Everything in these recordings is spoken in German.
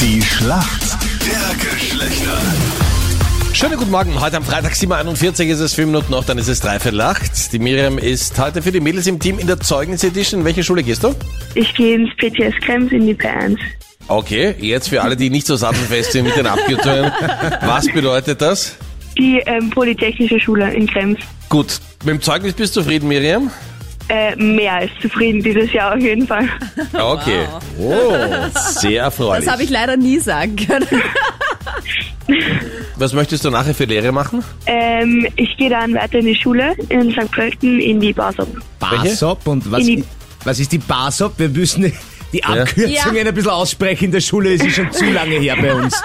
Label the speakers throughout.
Speaker 1: Die Schlacht der Geschlechter.
Speaker 2: Schönen guten Morgen. Heute am Freitag 7.41 ist es 4 Minuten noch, dann ist es dreiviertel acht. Die Miriam ist heute für die Mädels im Team in der Zeugnis Edition. In welche Schule gehst du?
Speaker 3: Ich gehe ins PTS Krems in die B1.
Speaker 2: Okay, jetzt für alle, die nicht so sattelfest sind mit den Abkürzungen. Was bedeutet das?
Speaker 3: Die ähm, Polytechnische Schule in Krems.
Speaker 2: Gut, mit dem Zeugnis bist du zufrieden, Miriam?
Speaker 3: Äh, mehr als zufrieden dieses Jahr auf jeden Fall.
Speaker 2: Okay. Oh, sehr erfreulich.
Speaker 4: Das habe ich leider nie sagen können.
Speaker 2: Was möchtest du nachher für Lehre machen?
Speaker 3: Ähm, ich gehe dann weiter in die Schule in St. Pölten in die Basop.
Speaker 5: Basop und was,
Speaker 3: In die-
Speaker 5: was ist die Basop? Wir müssen die Abkürzungen ein bisschen aussprechen in der Schule, es ist schon zu lange her bei uns.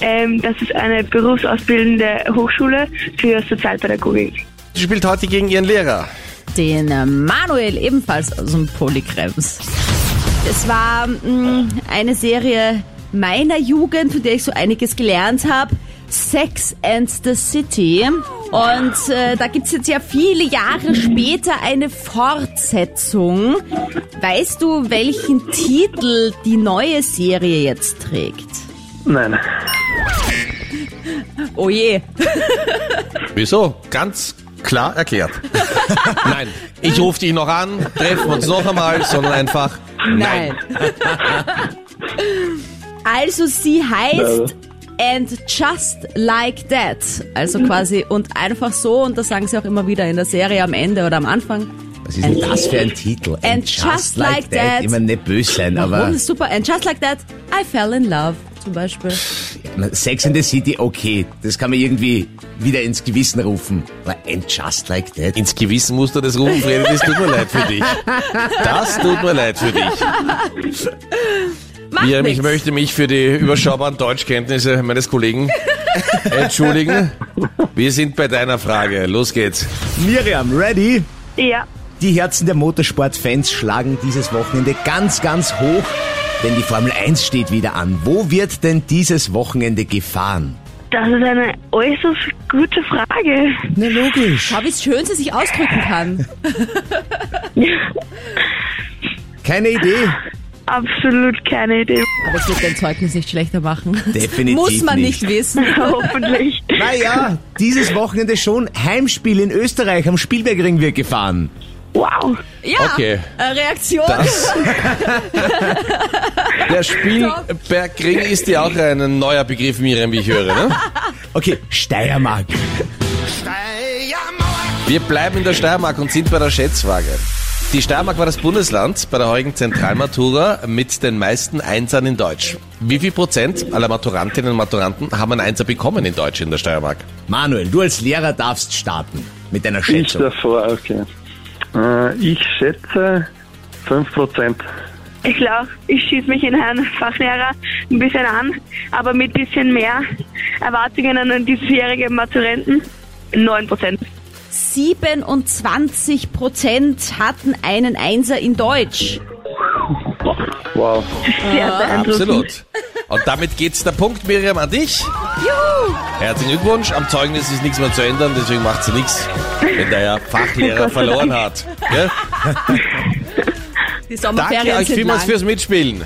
Speaker 3: Ähm, das ist eine berufsausbildende Hochschule für Sozialpädagogik.
Speaker 2: Sie spielt heute gegen ihren Lehrer.
Speaker 4: Den äh, Manuel ebenfalls aus dem Polykrems. Es war mh, eine Serie meiner Jugend, von der ich so einiges gelernt habe. Sex and the City. Und äh, da gibt's jetzt ja viele Jahre später eine Fortsetzung. Weißt du, welchen Titel die neue Serie jetzt trägt?
Speaker 3: Nein.
Speaker 4: Oh je.
Speaker 2: Wieso? Ganz klar erklärt. Nein, ich rufe dich noch an, treffen uns noch einmal, sondern einfach
Speaker 4: Nein. also sie heißt And Just Like That. Also quasi und einfach so, und das sagen sie auch immer wieder in der Serie am Ende oder am Anfang.
Speaker 5: Was ist denn das für ein Titel?
Speaker 4: And just like that.
Speaker 5: Immer nicht böse sein,
Speaker 4: Warum?
Speaker 5: aber
Speaker 4: Das ist super. And Just Like That, I fell in love. Zum Beispiel.
Speaker 5: Sex in the City, okay, das kann man irgendwie wieder ins Gewissen rufen. Aber And just like that.
Speaker 2: ins Gewissen musst du das rufen, Freddy, das tut mir leid für dich. Das tut mir leid für dich.
Speaker 4: Macht
Speaker 2: Miriam, ich
Speaker 4: nichts.
Speaker 2: möchte mich für die überschaubaren Deutschkenntnisse meines Kollegen entschuldigen. Wir sind bei deiner Frage. Los geht's.
Speaker 5: Miriam, ready?
Speaker 3: Ja,
Speaker 5: Die Herzen der Motorsportfans schlagen dieses Wochenende ganz, ganz hoch, denn die Formel 1 steht wieder an. Wo wird denn dieses Wochenende gefahren?
Speaker 3: das ist eine äußerst gute Frage.
Speaker 5: Na logisch.
Speaker 4: Schau, wie schön sie sich ausdrücken kann.
Speaker 5: Keine Idee.
Speaker 3: Absolut keine Idee.
Speaker 4: Aber es wird dein Zeugnis nicht schlechter machen.
Speaker 5: Definitiv
Speaker 4: Muss man
Speaker 5: nicht.
Speaker 4: nicht, wissen.
Speaker 3: Hoffentlich.
Speaker 5: Naja, dieses Wochenende schon Heimspiel in Österreich. Am Spielbergring wird gefahren.
Speaker 3: Wow.
Speaker 4: Ja,
Speaker 2: Okay.
Speaker 4: äh, Reaktion.
Speaker 2: Das. Der Spielbergring ist ja auch ein neuer Begriff, Miriam, wie ich höre. Ne?
Speaker 5: Okay, Steiermark.
Speaker 2: Wir bleiben in der Steiermark und sind bei der Schätzfrage. Die Steiermark war das Bundesland bei der heutigen Zentralmatura mit den meisten Einsern in Deutsch. Wie viel Prozent aller Maturantinnen und Maturanten haben einen Einser bekommen in Deutsch in der Steiermark?
Speaker 5: Manuel, du als Lehrer darfst starten. Mit deiner
Speaker 6: Ich
Speaker 5: Schätzung.
Speaker 6: davor, okay. Äh, ich schätze 5%.
Speaker 3: Ich glaube, ich schieße mich in Herrn Fachlehrer ein bisschen an, aber mit ein bisschen mehr Erwartungen an diesjährige Maturenten. 9%.
Speaker 4: 27 Prozent hatten einen Einser in Deutsch.
Speaker 6: Wow.
Speaker 3: Sehr beeindruckend.
Speaker 2: Absolut. Und damit geht's der Punkt, Miriam, an dich. Juhu. Herzlichen Glückwunsch. Am Zeugnis ist nichts mehr zu ändern, deswegen macht's nichts, wenn der Herr Fachlehrer
Speaker 3: Gott sei
Speaker 2: verloren hat. Gell?
Speaker 4: Die
Speaker 2: Danke
Speaker 4: Sommerferien
Speaker 2: euch
Speaker 4: sind
Speaker 2: vielmals
Speaker 4: lang.
Speaker 2: fürs Mitspielen.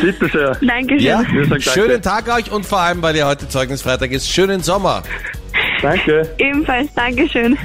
Speaker 6: Bitte sehr.
Speaker 3: Dankeschön.
Speaker 2: Ja?
Speaker 6: Wir sagen danke.
Speaker 2: Schönen Tag euch und vor allem, weil ihr heute Zeugnisfreitag ist, schönen Sommer.
Speaker 6: Danke.
Speaker 3: Ebenfalls Dankeschön.